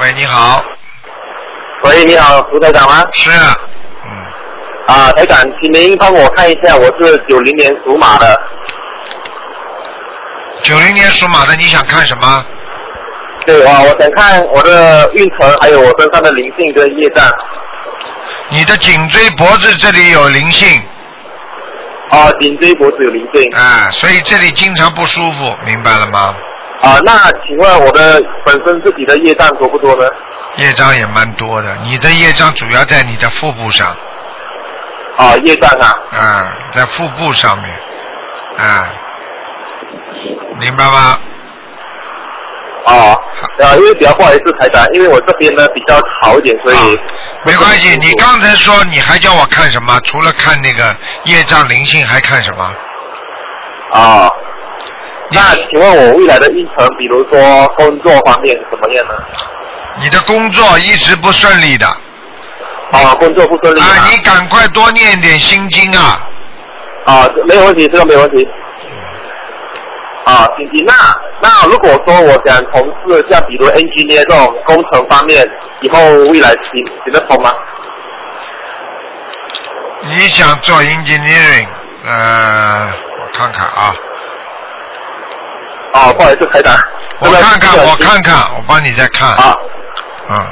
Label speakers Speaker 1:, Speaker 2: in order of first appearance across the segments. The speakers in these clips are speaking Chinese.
Speaker 1: 喂，你好，
Speaker 2: 喂，你好，卢台长吗？
Speaker 1: 是，嗯，
Speaker 2: 啊，台长，请您帮我看一下，我是九零年属马的，
Speaker 1: 九零年属马的，你想看什么？
Speaker 2: 对啊，我想看我的运程，还有我身上的灵性跟业障。
Speaker 1: 你的颈椎、脖子这里有灵性，
Speaker 2: 啊，颈椎脖子有灵性。
Speaker 1: 啊，所以这里经常不舒服，明白了吗？
Speaker 2: 啊，那请问我的本身自己的业障多不多呢？
Speaker 1: 业障也蛮多的，你的业障主要在你的腹部上，
Speaker 2: 啊，业障啊，
Speaker 1: 啊，在腹部上面，啊，明白吗？
Speaker 2: 啊，啊，因为比较不好意思，台长，因为我这边呢比较好一点，所以、
Speaker 1: 啊没关系，你刚才说你还叫我看什么？除了看那个业障灵性，还看什么？
Speaker 2: 啊。
Speaker 1: 你
Speaker 2: 那请问我未来的运程，比如说工作方面怎么样呢？
Speaker 1: 你的工作一直不顺利的啊，
Speaker 2: 啊，工作不顺利吗
Speaker 1: 你赶快多念点心经啊。
Speaker 2: 啊，没有问题，这个没有问题。啊，行行，那那如果说我想从事像比如 engineer 这种工程方面，以后未来行行得通吗？
Speaker 1: 你想做 engineering，呃，我看看啊，
Speaker 2: 哦、不好意思，台长，
Speaker 1: 我看看，我看看，我帮你再看，
Speaker 2: 啊，
Speaker 1: 嗯，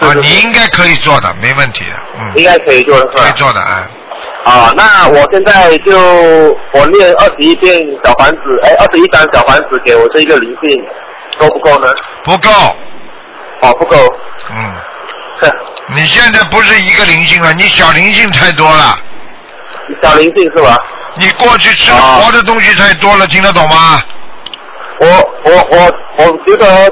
Speaker 2: 是
Speaker 1: 啊，
Speaker 2: 是
Speaker 1: 你应该可以做的，没问题的，
Speaker 2: 应
Speaker 1: 嗯，
Speaker 2: 该可以做的是
Speaker 1: 可以
Speaker 2: 吧？
Speaker 1: 做的啊，
Speaker 2: 啊，那我现在就我念二十一遍小房子，哎，二十一张小房子给我这一个灵性，够不够呢？
Speaker 1: 不够，
Speaker 2: 哦，不够，
Speaker 1: 嗯，
Speaker 2: 哼
Speaker 1: 你现在不是一个灵性了，你小灵性太多了，
Speaker 2: 小灵性是吧？
Speaker 1: 你过去吃
Speaker 2: 哦
Speaker 1: 活的东西太多了，听得懂吗？
Speaker 2: 我我我我觉得，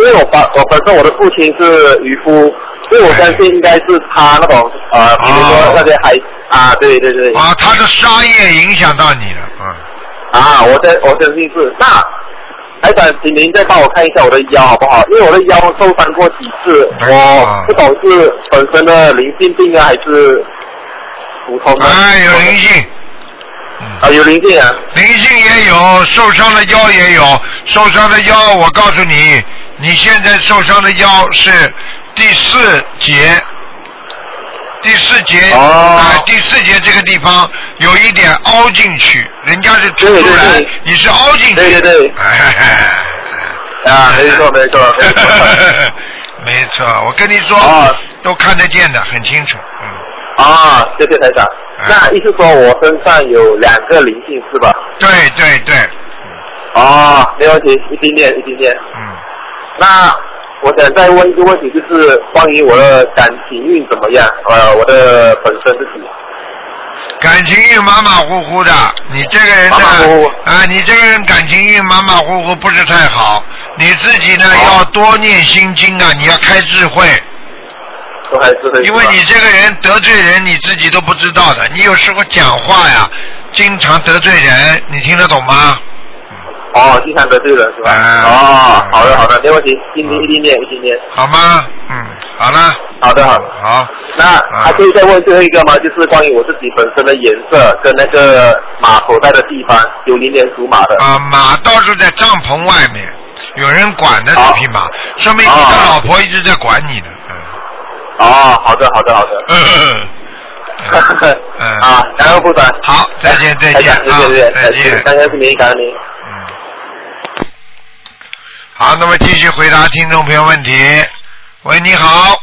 Speaker 2: 因为我把我本身我的父亲是渔夫，所以我相信应该是他那种呃，比如
Speaker 1: 哦
Speaker 2: 说那些孩啊，对对对，
Speaker 1: 啊，他的杀业影响到你了，嗯，
Speaker 2: 啊，我相我相信是那。台长，请您再帮我看一下我的腰好不好？因为我的腰受伤过几次，
Speaker 1: 哦
Speaker 2: 我不懂是本身的灵性病啊，还是普通的？
Speaker 1: 哎，有灵性，
Speaker 2: 啊，有灵性啊！
Speaker 1: 灵性也有，受伤的腰也有，受伤的腰，我告诉你，你现在受伤的腰是第四节，第四节，啊、
Speaker 2: 哦
Speaker 1: 第四节这个地方有一点凹进去，人家是凸出来，
Speaker 2: 对对对
Speaker 1: 你是凹进去，
Speaker 2: 对对对，
Speaker 1: 哎，
Speaker 2: 啊，没错没错 没错。
Speaker 1: 没错，我跟你说，
Speaker 2: 哦
Speaker 1: 都看得见的，很清楚，嗯，
Speaker 2: 啊，谢谢台长。
Speaker 1: 哎
Speaker 2: 那意思说我身上有两个灵性是吧？
Speaker 1: 对对对，
Speaker 2: 哦，没问题，一定念，一定念。
Speaker 1: 嗯。
Speaker 2: 那我想再问一个问题，就是关于我的感情运怎么样？呃，我的本身自己。
Speaker 1: 感情运马马虎虎的，你这个人呢
Speaker 2: 马马虎虎，
Speaker 1: 啊，你这个人感情运马马虎虎不是太好。你自己呢
Speaker 2: 好
Speaker 1: 要多念心经啊，你要开智慧，
Speaker 2: 都还是会
Speaker 1: 因为你这个人得罪人你自己都不知道的，你有时候讲话呀，经常得罪人，你听得懂吗？
Speaker 2: 哦，经常得罪人是吧？
Speaker 1: 啊
Speaker 2: 哦，好的好的，没问题，一
Speaker 1: 嗯
Speaker 2: 定一定念，一定念。
Speaker 1: 好吗？嗯，好了，
Speaker 2: 好的好的。
Speaker 1: 好，
Speaker 2: 那
Speaker 1: 嗯
Speaker 2: 还可以再问最后一个吗？就是关于我自己本身的颜色跟那个马所在的地方，九零年属马的。
Speaker 1: 啊，马倒是在帐篷外面，有人管的这
Speaker 2: 好
Speaker 1: 匹马，说明你的
Speaker 2: 哦
Speaker 1: 老婆一直在管你呢。
Speaker 2: 哦，好的好的好的。
Speaker 1: 嗯， 嗯
Speaker 2: 啊，感恩部长。
Speaker 1: 好再见再
Speaker 2: 台
Speaker 1: 见
Speaker 2: 长
Speaker 1: 啊
Speaker 2: 谢谢
Speaker 1: 再见
Speaker 2: 感恩您，感恩您。
Speaker 1: 嗯，好，那么继续回答听众朋友问题。喂，你好。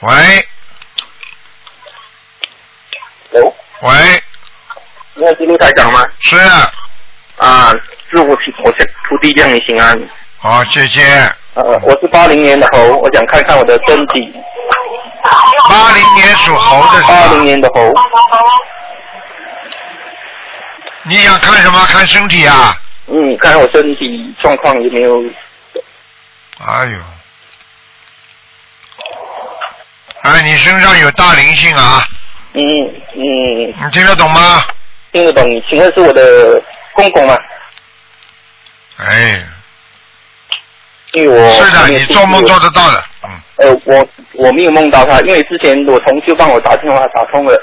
Speaker 1: 喂
Speaker 2: 哦，
Speaker 1: 喂，
Speaker 2: 你好，金立台长吗？
Speaker 1: 是，
Speaker 2: 啊，是我是我想徒弟向你行安。
Speaker 1: 好，谢谢。
Speaker 2: 呃，我是八零年的猴，我想看看我的身体。
Speaker 1: 八零年属猴的是
Speaker 2: 八零
Speaker 1: 吧？
Speaker 2: 年的猴，
Speaker 1: 你想看什么？看身体啊？
Speaker 2: 嗯，看看我身体状况有没有？
Speaker 1: 哎呦，哎，你身上有大灵性啊？
Speaker 2: 嗯嗯，
Speaker 1: 你听得懂吗？
Speaker 2: 听得懂？请问是我的公公吗？
Speaker 1: 哎，
Speaker 2: 因为我
Speaker 1: 是的，你做梦做
Speaker 2: 的。
Speaker 1: 得到的。嗯，
Speaker 2: 呃，我我没有梦到他，因为之前我同事帮我打电话打通了，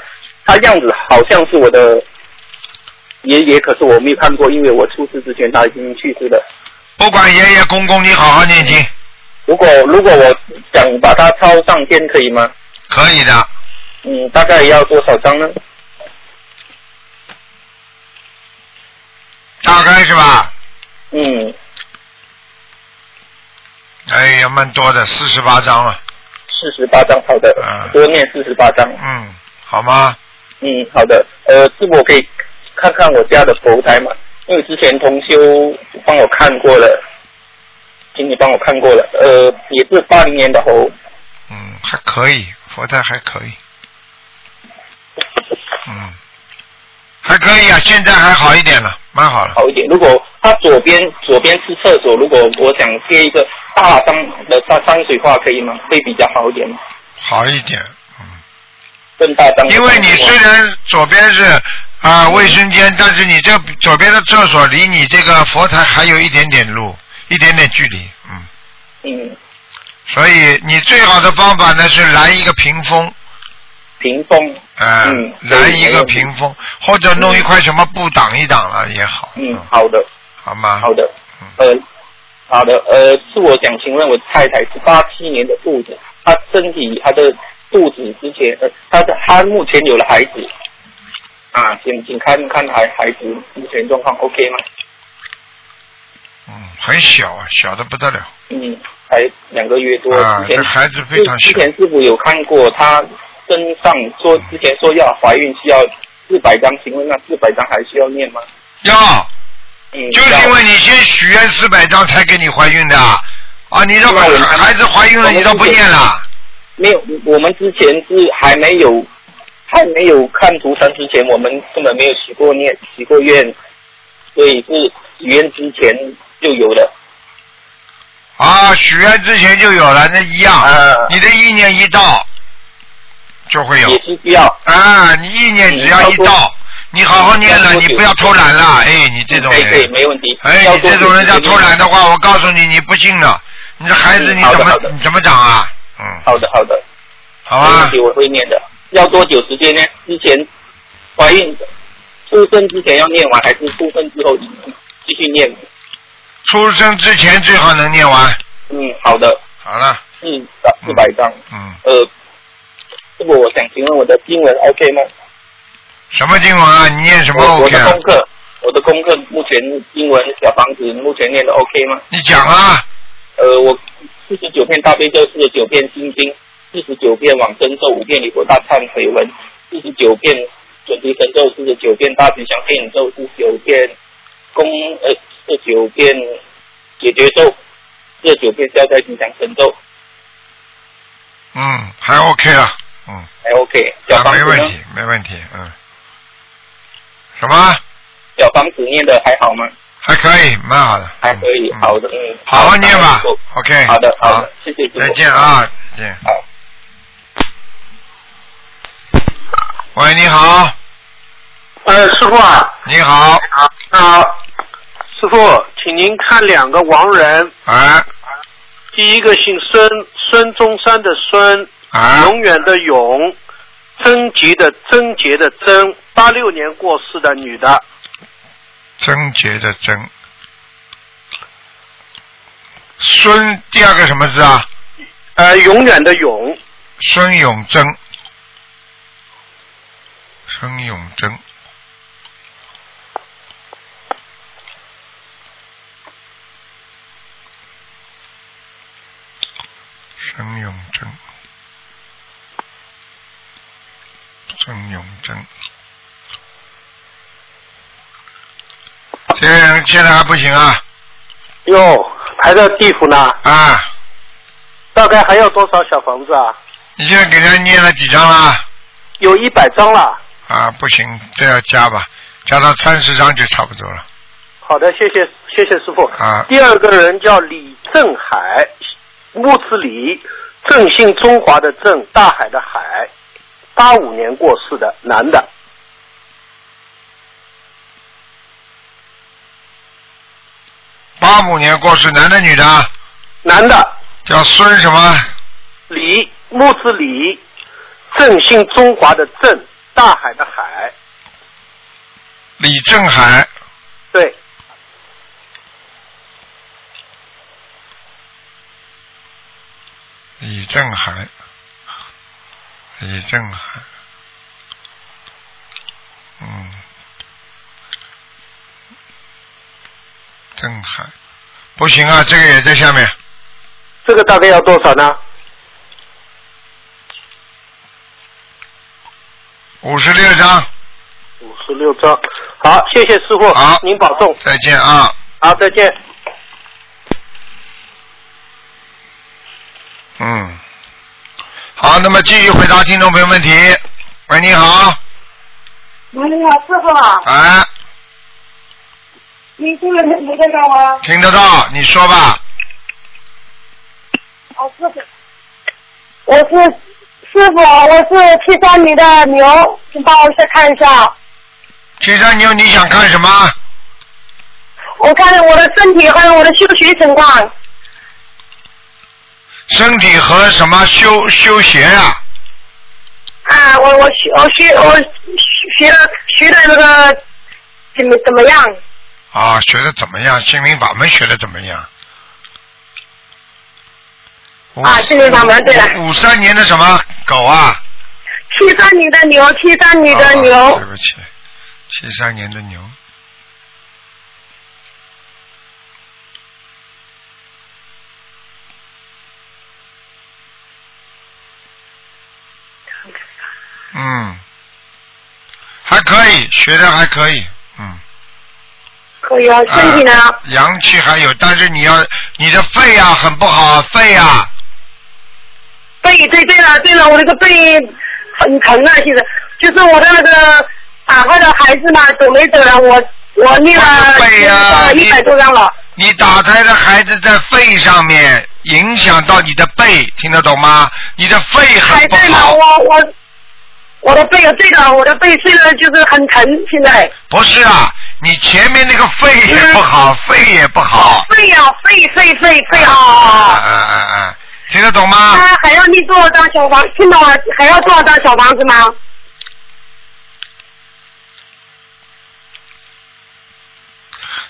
Speaker 2: 他样子好像是我的爷爷，可是我没有看过，因为我出事之前他已经去世了。
Speaker 1: 不管爷爷公公，你好好念经，
Speaker 3: 如果如果我想把它抄上天可以吗？
Speaker 1: 可以的。
Speaker 3: 嗯，大概要多少张呢？
Speaker 1: 大概是吧？
Speaker 3: 嗯，
Speaker 1: 哎呀，蛮多的，四十八章了。
Speaker 3: 四十八张，好的
Speaker 1: 啊，
Speaker 3: 多念四十八张。
Speaker 1: 嗯，好吗？
Speaker 3: 嗯，好的。呃，是我可以看看我家的佛台吗？因为之前同修帮我看过了，请你帮我看过了。呃，也是八零年的猴，
Speaker 1: 嗯，还可以，佛台还可以。嗯，还可以啊，现在还好一点了，蛮好了。
Speaker 3: 好一点。如果它左边左边是厕所，如果我想贴一个大山的山山水画，可以吗？会比较好一点吗？
Speaker 1: 好一点，
Speaker 3: 更大张的山水
Speaker 1: 因
Speaker 3: 画。
Speaker 1: 为你虽然左边是啊、卫生间，但是你这左边的厕所离你这个佛台还有一点点路，一点点距离，嗯，
Speaker 3: 嗯
Speaker 1: 所以你最好的方法呢是来一个屏风，
Speaker 3: 屏风，
Speaker 1: 呃，
Speaker 3: 嗯
Speaker 1: 来一
Speaker 3: 没
Speaker 1: 个
Speaker 3: 问题
Speaker 1: 屏风，或者弄一块什么布挡一挡了也好，
Speaker 3: 嗯，好的。
Speaker 1: 好吗？
Speaker 3: 好的
Speaker 1: 嗯，
Speaker 3: 呃，好的，呃，是我想请问我太太是八七年的兔子，她身体她的肚子之前，呃，她的她目前有了孩子，啊，请请看看孩孩子目前状况 OK 吗？
Speaker 1: 嗯，很小啊，小的不得了
Speaker 3: 嗯，才两个月多，
Speaker 1: 啊，
Speaker 3: 之前
Speaker 1: 这孩子非常
Speaker 3: 之
Speaker 1: 小，
Speaker 3: 前师傅有看过她身上说之前说要怀孕需要四百张，请问那四百张还需要念吗？
Speaker 1: 要
Speaker 3: 嗯，
Speaker 1: 就是因为你先许愿四百张才给你怀孕的啊，啊你都把
Speaker 3: 对吧
Speaker 1: 孩子怀孕了，你都不念了。
Speaker 3: 没有，我们之前是还没有还没有看图腾之前，我们根本没有许过念许过愿，所以是许愿之前就有的。
Speaker 1: 啊，许愿之前就有了，那一样，
Speaker 3: 啊
Speaker 1: 你的意念一到就会有
Speaker 3: 也是需要
Speaker 1: 啊，你意念只要一
Speaker 3: 嗯超
Speaker 1: 到，你好好念了，
Speaker 3: 嗯
Speaker 1: 你不要偷懒了，哎，你这种
Speaker 3: 可以可以
Speaker 1: 人，
Speaker 3: 没问题。
Speaker 1: 哎，
Speaker 3: 要
Speaker 1: 你
Speaker 3: 多
Speaker 1: 这种人要
Speaker 3: 许
Speaker 1: 偷
Speaker 3: 愿
Speaker 1: 懒的话，我告诉你，你不信了，你这孩子
Speaker 3: 嗯
Speaker 1: 你
Speaker 3: 好的
Speaker 1: 怎么
Speaker 3: 好的
Speaker 1: 你怎么长啊？嗯，
Speaker 3: 好的好的，
Speaker 1: 好啊
Speaker 3: 没
Speaker 1: 吧
Speaker 3: 问题，，我会念的。要多久时间呢？之前怀孕出生之前要念完，还是出生之后继续念？
Speaker 1: 出生之前最好能念完，
Speaker 3: 嗯，好的，
Speaker 1: 好了，
Speaker 3: 四百四百张。
Speaker 1: 嗯，
Speaker 3: 呃，这个我想请问我的英文 OK 吗？
Speaker 1: 什么经文啊？你念什么
Speaker 3: 我我
Speaker 1: OK
Speaker 3: 的
Speaker 1: 啊
Speaker 3: 功？课，我的功课目前英文小房子目前念的 OK 吗？
Speaker 1: 你讲啊，
Speaker 3: 呃，我四十九片大悲咒，四十九片心经，四十九片往生咒，五片礼佛大忏悔文，四十九片准提神咒，四十九片大吉祥天引咒，四十九片功呃四十九片解决咒，四十九片消灾吉祥神咒，
Speaker 1: 嗯，还 OK 了，嗯。
Speaker 3: 还 OK。小
Speaker 1: 啊，
Speaker 3: 房
Speaker 1: 没
Speaker 3: 子
Speaker 1: 问
Speaker 3: 呢？
Speaker 1: 题，没问题，嗯。什么？
Speaker 3: 小房子念的还好吗？
Speaker 1: 还可以，蛮好的。
Speaker 3: 还可以，
Speaker 1: 嗯、
Speaker 3: 好
Speaker 1: 的。
Speaker 3: 的，嗯。
Speaker 1: 好好念吧
Speaker 3: 好。
Speaker 1: OK。
Speaker 3: 好的，好
Speaker 1: 好
Speaker 3: 的，，谢谢师傅
Speaker 1: 再见。啊，再见。
Speaker 3: 好。
Speaker 1: 喂，你好，
Speaker 4: 呃，师傅啊，
Speaker 1: 你好，
Speaker 4: 啊，师傅，请您看两个亡人，
Speaker 1: 哎
Speaker 4: 第一个姓孙，孙中山的孙，
Speaker 1: 哎，
Speaker 4: 永远的永，贞洁的贞洁的贞，八六年过世的女的，
Speaker 1: 贞洁的贞，孙第二个什么字啊？
Speaker 4: 呃，永远的永，
Speaker 1: 孙永贞，孙永贞。孙永贞，孙永贞，这个人现在还不行啊
Speaker 4: 哟，还在地府呢，
Speaker 1: 啊！
Speaker 4: 大概还要多少小房子啊？
Speaker 1: 你现在给他念了几张啦？
Speaker 4: 有一百张了。
Speaker 1: 啊，不行，这要加吧，加到三十张就差不多了。
Speaker 4: 好的，谢谢谢谢师傅。
Speaker 1: 啊
Speaker 4: 第二个人叫李正海，木字李，正姓中华的正，大海的海，八五年过世的男的。
Speaker 1: 八五年过世，男的女的？
Speaker 4: 男的
Speaker 1: 叫孙什么？
Speaker 4: 李木字李，正姓中华的正，大海的海，
Speaker 1: 李正海。
Speaker 4: 对，
Speaker 1: 正海，李正海，嗯，正海，不行啊，这个也在下面，
Speaker 4: 这个大概要多少呢？
Speaker 1: 五十六张，
Speaker 4: 五十六张。好，谢谢师傅，
Speaker 1: 好
Speaker 4: 您保重，
Speaker 1: 再见啊。
Speaker 4: 好，再见。
Speaker 1: 嗯，好，那么继续回答听众朋友问题。喂，你好，
Speaker 5: 喂，你好，师傅，啊
Speaker 1: 哎，
Speaker 5: 你这个能听得到吗？
Speaker 1: 听得到，你说吧。
Speaker 5: 哦，师傅，我是师傅，我是七三年的牛，请帮我再看一下。
Speaker 1: 七三牛，你想看什么？
Speaker 5: 我看我的身体还有我的休学情况，
Speaker 1: 身体和什么修修鞋啊？
Speaker 5: 啊，我我学我学我学了学的那个怎么怎么样？
Speaker 1: 啊，学的怎么样？心灵法门学的怎么样？五
Speaker 5: 啊心灵法门对了
Speaker 1: 五三年的什么狗啊？
Speaker 5: 七三年的牛，七三年的
Speaker 1: 啊
Speaker 5: 牛，
Speaker 1: 对不起，七三年的牛。嗯，还可以，学的还可以，嗯。
Speaker 5: 可以哦。身体呢？
Speaker 1: 啊阳气还有，但是你要你的肺啊很不好，肺啊，
Speaker 5: 背对对了对了，我那个背很疼啊，现在就是我的那个打坏的孩子嘛，走没走了？我我念
Speaker 1: 我的背啊
Speaker 5: 了一百多张了。
Speaker 1: 你打胎的孩子在肺上面影响到你的背，听得懂吗？你的肺
Speaker 5: 还
Speaker 1: 很不
Speaker 5: 在吗？
Speaker 1: 好，
Speaker 5: 我我我的背啊对的，我的背睡了就是很疼，现在
Speaker 1: 不是啊，你前面那个肺也
Speaker 5: 啊
Speaker 1: 不好，肺也不好。
Speaker 5: 肺呀、肺肺肺肺
Speaker 1: 啊
Speaker 5: 啊！
Speaker 1: 啊啊啊！听得懂吗？
Speaker 5: 他还要你多少张小房？听到了还要多少张小房子吗？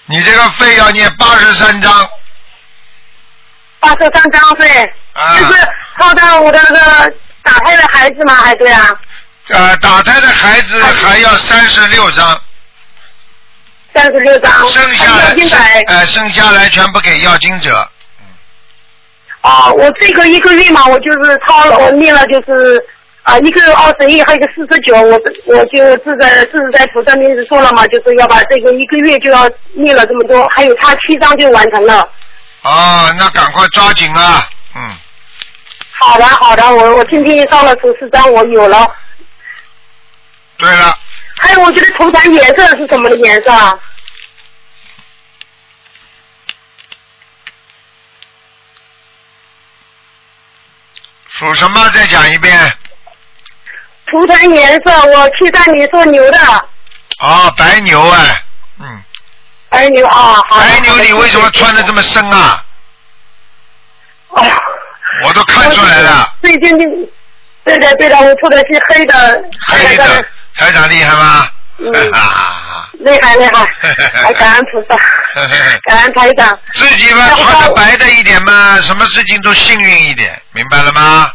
Speaker 1: 你这个肺要念八十三章
Speaker 5: 八十三张对，
Speaker 1: 啊。
Speaker 5: 就是靠到我的那个打胎的孩子嘛，还对啊，
Speaker 1: 呃，打胎的孩子还要三十六章，
Speaker 5: 三十六张，
Speaker 1: 剩下
Speaker 5: 还
Speaker 1: 来
Speaker 5: 有现在
Speaker 1: 呃剩下来全部给要经者。
Speaker 5: 啊，我这个一个月嘛，我就是抄了，我念了就是啊，一个二十一，还有一个四十九，我我就自在自在菩萨面前说了嘛，就是要把这个一个月就要念了这么多，还有他七章就完成了。
Speaker 1: 哦，那赶快抓紧啊！嗯，
Speaker 5: 好的好的，我我今天烧了十四章，我有了。
Speaker 1: 对了，
Speaker 5: 还有，我觉得头发颜色是什么的颜色啊？
Speaker 1: 属什么？再讲一遍。
Speaker 5: 图腾颜色，我七三年做牛的，
Speaker 1: 哦，白牛哎，嗯，
Speaker 5: 白牛啊，好
Speaker 1: 白
Speaker 5: 的
Speaker 1: 哎牛，你为什么穿的这
Speaker 5: 么？
Speaker 1: 么深啊？
Speaker 5: 哎呀，
Speaker 1: 我都看出来了，
Speaker 5: 我最近就，对的对的，我涂的是黑的，
Speaker 1: 黑的，台长厉害吗？
Speaker 5: 哎嗯
Speaker 1: 哈哈哈
Speaker 5: 厉害厉 害，还感恩菩萨，感恩台长。
Speaker 1: 自己吧，穿的白的一点嘛，什么事情都幸运一点，明白了吗？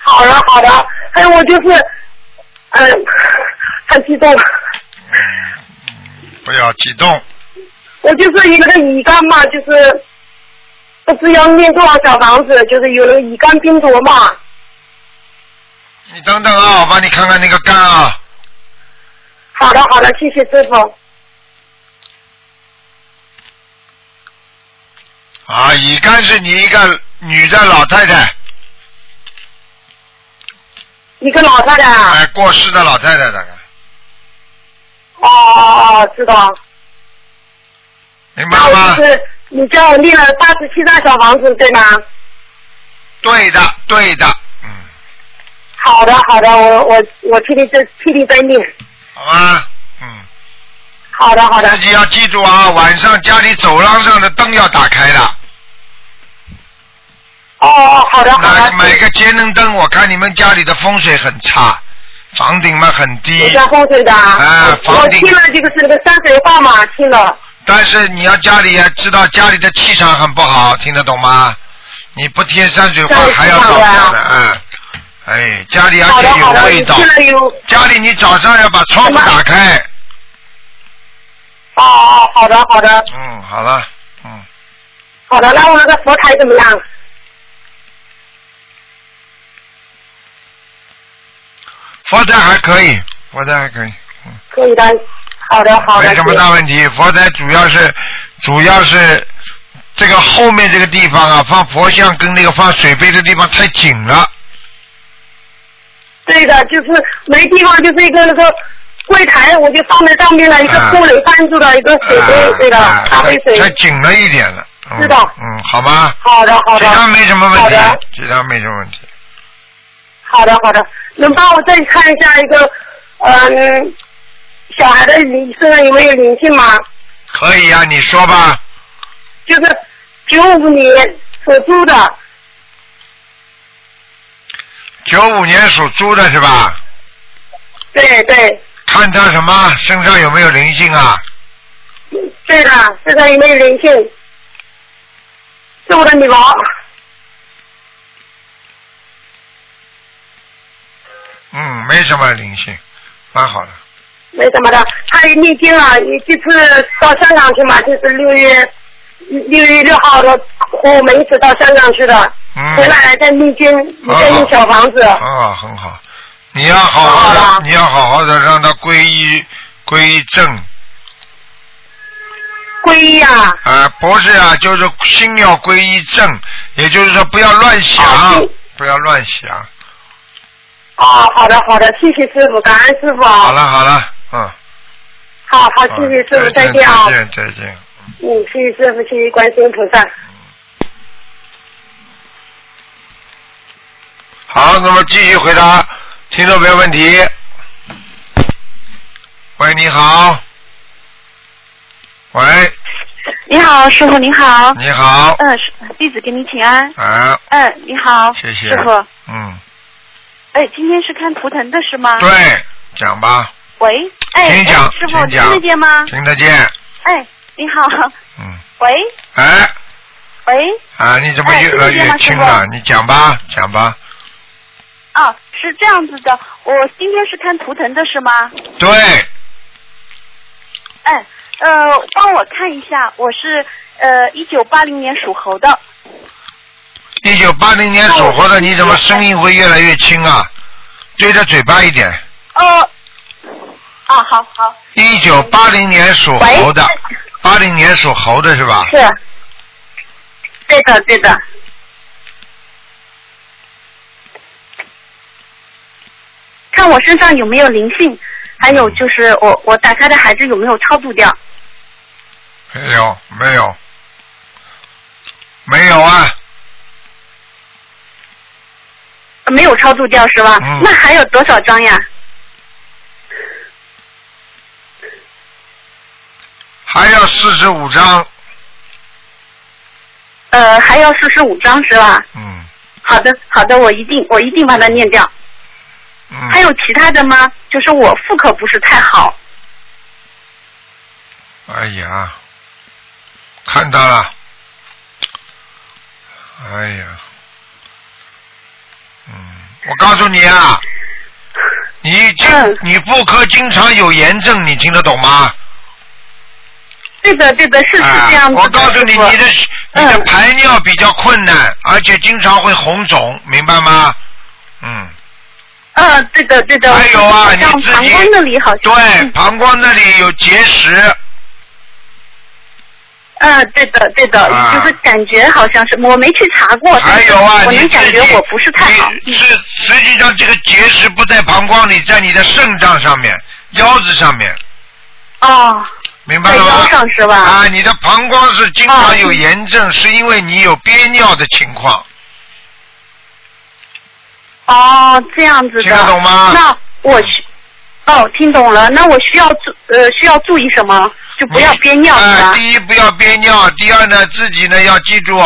Speaker 5: 好的好的，还有我就是，嗯，很激动，
Speaker 1: 不要激动，
Speaker 5: 我就是有那个乙肝嘛，就是不知要念多少小房子，就是有那个乙肝病毒嘛。
Speaker 1: 你等等啊，我帮你看看那个肝啊，
Speaker 5: 好的好的，谢谢师傅。
Speaker 1: 啊，乙肝是你一个女的老太太，
Speaker 5: 一个老太太啊，
Speaker 1: 哎，过世的老太太大概，
Speaker 5: 哦哦哦，知道。
Speaker 1: 明白
Speaker 5: 然
Speaker 1: 了吗？
Speaker 5: 后就是你叫我念了八十七张小房子，对吗？
Speaker 1: 对的，对的，嗯，
Speaker 5: 好的好的，我我我天天在天天在念。
Speaker 1: 好吧，嗯，
Speaker 5: 好的好的，
Speaker 1: 自己要记住啊，晚上家里走廊上的灯要打开的，
Speaker 5: 哦哦好的好
Speaker 1: 买
Speaker 5: 的。
Speaker 1: 买个节能灯，我看你们家里的风水很差，房顶嘛很
Speaker 5: 有
Speaker 1: 低，
Speaker 5: 在风水的啊，
Speaker 1: 啊
Speaker 5: 我
Speaker 1: 房
Speaker 5: 我
Speaker 1: 顶
Speaker 5: 听了这个是那个山水画嘛，听了，
Speaker 1: 但是你要家里要知道家里的气场很不好，听得懂吗？你不贴山水画还要找
Speaker 5: 好
Speaker 1: 我
Speaker 5: 的
Speaker 1: 的，嗯，哎，家里
Speaker 5: 好
Speaker 1: 而
Speaker 5: 的
Speaker 1: 且有
Speaker 5: 好的，
Speaker 1: 味道
Speaker 5: 现，在有
Speaker 1: 家里你早上要把窗户打开，
Speaker 5: 哦哦，好的好的
Speaker 1: 嗯，好了，嗯，
Speaker 5: 好的，那我那个佛台怎么样？
Speaker 1: 佛台还可以，佛台还可以，
Speaker 5: 可以的，好的好的
Speaker 1: 没，什么大问题。佛台主要是主要是这个后面这个地方啊，放佛像跟那个放水杯的地方太紧了。
Speaker 5: 对的，就是没地方，就是一个那个柜台，我就放在上面了一个
Speaker 1: 啊
Speaker 5: 玻璃翻住的一个水杯，
Speaker 1: 啊
Speaker 5: 对的
Speaker 1: 啊，
Speaker 5: 咖啡
Speaker 1: 太太
Speaker 5: 水。
Speaker 1: 紧了一点了。嗯
Speaker 5: 是的
Speaker 1: 嗯，好吗？
Speaker 5: 好的好
Speaker 1: 其
Speaker 5: 的，
Speaker 1: 他没什么问
Speaker 5: 好
Speaker 1: 题
Speaker 5: 的，
Speaker 1: 其他没什么问题。
Speaker 5: 好的好的，能帮我再看一下一个嗯小孩的灵身上有没有灵性吗？
Speaker 1: 可以呀、啊你说吧。
Speaker 5: 就是九五年属猪的，
Speaker 1: 九五年属猪的是吧？
Speaker 5: 对对
Speaker 1: 看他什么身上有没有灵性啊？
Speaker 5: 对的，身上有没有灵性？是我的女儿，
Speaker 1: 嗯，没什么灵性，蛮好的。
Speaker 5: 没什么的，她也念经了，也这次到香港去嘛，就是六月六月六号的和我们一起到香港去的，
Speaker 1: 嗯，
Speaker 5: 回来再念经，
Speaker 1: 好
Speaker 5: 再念小房子。
Speaker 1: 啊，很好。你要好好
Speaker 5: 好
Speaker 1: 的，
Speaker 5: 吧
Speaker 1: 你要好好的让他皈依皈依正
Speaker 5: 皈依啊，
Speaker 1: 啊，不是啊，就是心要皈依正，也就是说不要乱
Speaker 5: 啊
Speaker 1: 想
Speaker 5: 对，
Speaker 1: 不要乱想。
Speaker 5: 哦，好的好的，谢谢师傅，感恩师傅
Speaker 1: 好
Speaker 5: 啊。
Speaker 1: 了好了，嗯，
Speaker 5: 好好，谢谢师傅，再见啊
Speaker 1: 再。见再见。
Speaker 5: 嗯，谢谢师傅，谢谢观世音菩萨。
Speaker 1: 好，那么继续回答听众朋友问题。喂，你好。喂，
Speaker 6: 你好，师傅你好。
Speaker 1: 你好。
Speaker 6: 嗯，是弟子给你请安。
Speaker 1: 啊，
Speaker 6: 嗯，你好，
Speaker 1: 谢谢
Speaker 6: 师傅。
Speaker 1: 嗯，
Speaker 6: 哎，今天是看图腾的是吗？
Speaker 1: 对，讲吧，
Speaker 6: 喂，哎，
Speaker 1: 请讲
Speaker 6: 哎师傅
Speaker 1: 请
Speaker 6: 听
Speaker 1: 讲
Speaker 6: 得见吗？
Speaker 1: 听得见。
Speaker 6: 哎，你好，
Speaker 1: 嗯，
Speaker 6: 喂
Speaker 1: 哎，
Speaker 6: 喂，
Speaker 1: 啊，你怎么
Speaker 6: 哎
Speaker 1: 越来
Speaker 6: 听得见
Speaker 1: 越
Speaker 6: 吗
Speaker 1: 轻
Speaker 6: 师傅
Speaker 1: 了？你讲吧，讲吧。
Speaker 6: 啊，是这样子的，我今天是看图腾的是吗？
Speaker 1: 对，
Speaker 6: 哎，呃，帮我看一下，我是呃一九八零年属猴的，
Speaker 1: 一九八零年属猴的，你怎么声音会越来越轻啊？对着嘴巴一点。
Speaker 6: 呃，啊，好好，哎
Speaker 1: 一九八零年属猴的，八零年属猴的是吧？
Speaker 5: 是，对的对的。
Speaker 6: 看我身上有没有灵性，还有就是我我打胎的孩子有没有超度掉？
Speaker 1: 没有，没有，没有啊。
Speaker 6: 没有超度掉是吧？
Speaker 1: 嗯
Speaker 6: 那还有多少张呀？
Speaker 1: 还要四十五张，
Speaker 6: 呃，还要四十五张是吧？
Speaker 1: 嗯
Speaker 6: 好的，好的，我一定我一定把它念掉。
Speaker 1: 嗯，
Speaker 6: 还有其他的吗？就是我妇科不是太好，
Speaker 1: 哎呀，看到了，哎呀，嗯，我告诉你啊，你经、
Speaker 6: 嗯
Speaker 1: 你妇科经常有炎症，你听得懂吗？
Speaker 6: 对的对的，是是
Speaker 1: 啊
Speaker 6: 这样子的、
Speaker 1: 我告诉你，
Speaker 6: 师傅
Speaker 1: 你的你的
Speaker 6: 嗯
Speaker 1: 排尿比较困难，而且经常会红肿，明白吗？嗯，
Speaker 6: 嗯，对的对的，
Speaker 1: 还有啊，
Speaker 6: 像
Speaker 1: 你自
Speaker 6: 膀
Speaker 1: 己
Speaker 6: 胱那里好像
Speaker 1: 对
Speaker 6: 嗯
Speaker 1: 膀胱那里有结石，
Speaker 6: 嗯，对的对的、
Speaker 1: 啊
Speaker 6: 就是感觉好像是我没去查过，
Speaker 1: 还有啊，
Speaker 6: 但是我
Speaker 1: 你
Speaker 6: 能
Speaker 1: 自
Speaker 6: 感
Speaker 1: 己
Speaker 6: 觉我不是太好，
Speaker 1: 你是实际上这个结石不在膀胱里，在你的肾脏上面、腰子上面，
Speaker 6: 哦，
Speaker 1: 明白
Speaker 6: 在
Speaker 1: 了
Speaker 6: 腰
Speaker 1: 吗？
Speaker 6: 上是吧？
Speaker 1: 啊，你的膀胱是经常有
Speaker 6: 哦
Speaker 1: 炎症，是因为你有憋尿的情况，
Speaker 6: 哦，这样子的。
Speaker 1: 听得懂吗
Speaker 6: 那我需哦，听懂了。那我需要注呃需要注意什么？就不要憋尿
Speaker 1: 你
Speaker 6: 是
Speaker 1: 哎
Speaker 6: 吧？
Speaker 1: 第一不要憋尿，第二呢，自己呢要记住，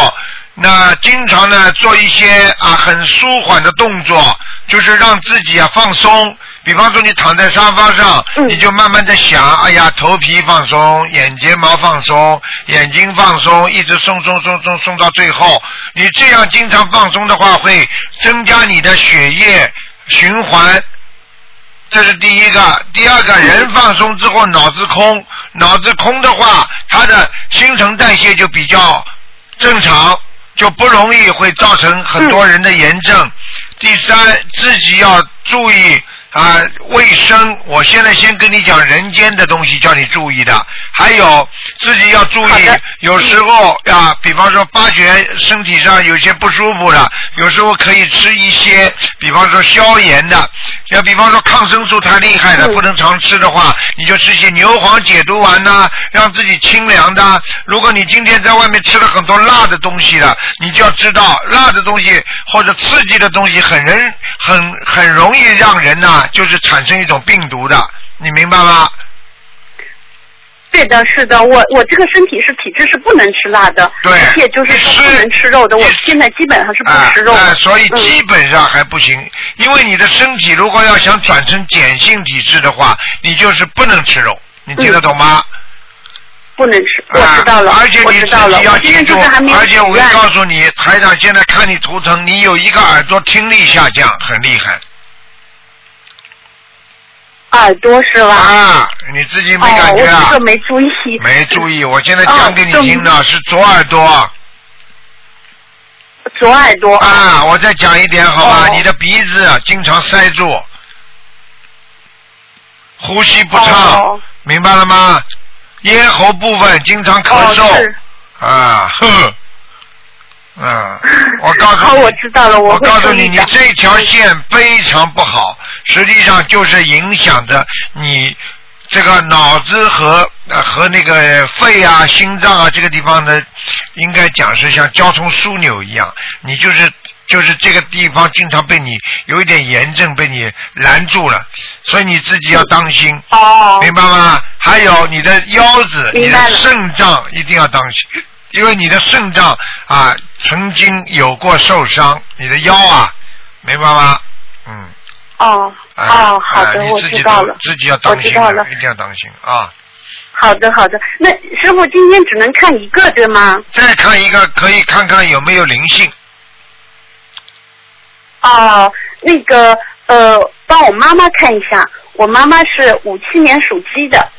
Speaker 1: 那经常呢做一些啊很舒缓的动作，就是让自己啊放松。比方说你躺在沙发上，
Speaker 6: 嗯
Speaker 1: 你就慢慢的想，哎呀，头皮放松，眼睫毛放松，眼睛放松，一直松松松松松到最后，你你这样经常放松的话，会增加你的血液循环。这是第一个，第二个人放松之后脑子空，脑子空的话，他的新陈代谢就比较正常，就不容易会造成很多人的炎症。第三，自己要注意啊、卫生。我现在先跟你讲人间的东西，叫你注意的。还有自己要注意，有时候啊，比方说发觉身体上有些不舒服了，有时候可以吃一些，比方说消炎的，要比方说抗生素太厉害了，不能常吃的话，你就吃些牛黄解毒丸呐、让自己清凉的。如果你今天在外面吃了很多辣的东西了，你就要知道辣的东西或者刺激的东西很人很很容易让人呐、就是产生一种病毒的，你明白吗？
Speaker 5: 对的，是的，我我这个身体是体质是不能吃辣的，
Speaker 1: 对
Speaker 5: 而且就是说不能吃肉的，我现在基本上是不
Speaker 1: 啊
Speaker 5: 吃肉的，
Speaker 1: 啊所以
Speaker 5: 嗯
Speaker 1: 基本上还不行，因为你的身体如果要想转成碱性体质的话，你就是不能吃肉，你听得懂吗？
Speaker 5: 不能吃，我
Speaker 1: 啊
Speaker 5: 知道了，
Speaker 1: 而且
Speaker 5: 我
Speaker 1: 你
Speaker 5: 知
Speaker 1: 自
Speaker 5: 道了
Speaker 1: 己，要
Speaker 5: 我现在
Speaker 1: 记住
Speaker 5: 就是还没，有
Speaker 1: 而且我
Speaker 5: 习惯
Speaker 1: 告诉你，台长现在看你图腾，你有一个耳朵听力下降，很厉害
Speaker 5: 耳朵是吧？
Speaker 1: 啊，你自己没
Speaker 5: 哦，
Speaker 1: 感
Speaker 5: 我
Speaker 1: 觉啊
Speaker 5: 这？个没注意，
Speaker 1: 没注意，我现在讲给你
Speaker 5: 哦
Speaker 1: 听的是左耳朵。
Speaker 5: 左耳朵
Speaker 1: 啊，我再讲一点好吧？
Speaker 5: 哦
Speaker 1: 你的鼻子经常塞住，呼吸不畅，
Speaker 5: 哦
Speaker 1: 明白了吗？咽喉部分经常咳
Speaker 5: 哦
Speaker 1: 嗽、
Speaker 5: 是，
Speaker 1: 啊，呵， 啊，我告诉
Speaker 5: 哦
Speaker 1: 你，
Speaker 5: 我知道了，
Speaker 1: 我
Speaker 5: 会
Speaker 1: 告诉
Speaker 5: 注
Speaker 1: 你，
Speaker 5: 意
Speaker 1: 你
Speaker 5: 的。
Speaker 1: 这条线非常不好，实际上就是影响着你这个脑子和呃和那个肺啊、心脏啊这个地方的，应该讲是像交通枢纽一样，你就是。就是这个地方经常被你有一点炎症被你拦住了，所以你自己要当心，
Speaker 5: 哦
Speaker 1: 明白吗？还有你的腰子、你
Speaker 5: 明
Speaker 1: 的
Speaker 5: 白了
Speaker 1: 肾脏一定要当心，因为你的肾脏啊曾经有过受伤，你的腰啊，明白吗？嗯，
Speaker 5: 哦
Speaker 1: 啊、
Speaker 5: 哦，好的
Speaker 1: 啊，
Speaker 5: 我
Speaker 1: 你自己
Speaker 5: 知
Speaker 1: 都
Speaker 5: 道了，
Speaker 1: 自己要当心
Speaker 5: 我知道
Speaker 1: 的
Speaker 5: 了，
Speaker 1: 一定要当心啊！
Speaker 5: 好的好的。那师傅今天只能看一个对吗？
Speaker 1: 再看一个，可以看看有没有灵性。
Speaker 5: 哦，那个呃，帮我妈妈看一下，我妈妈是五七年属鸡的，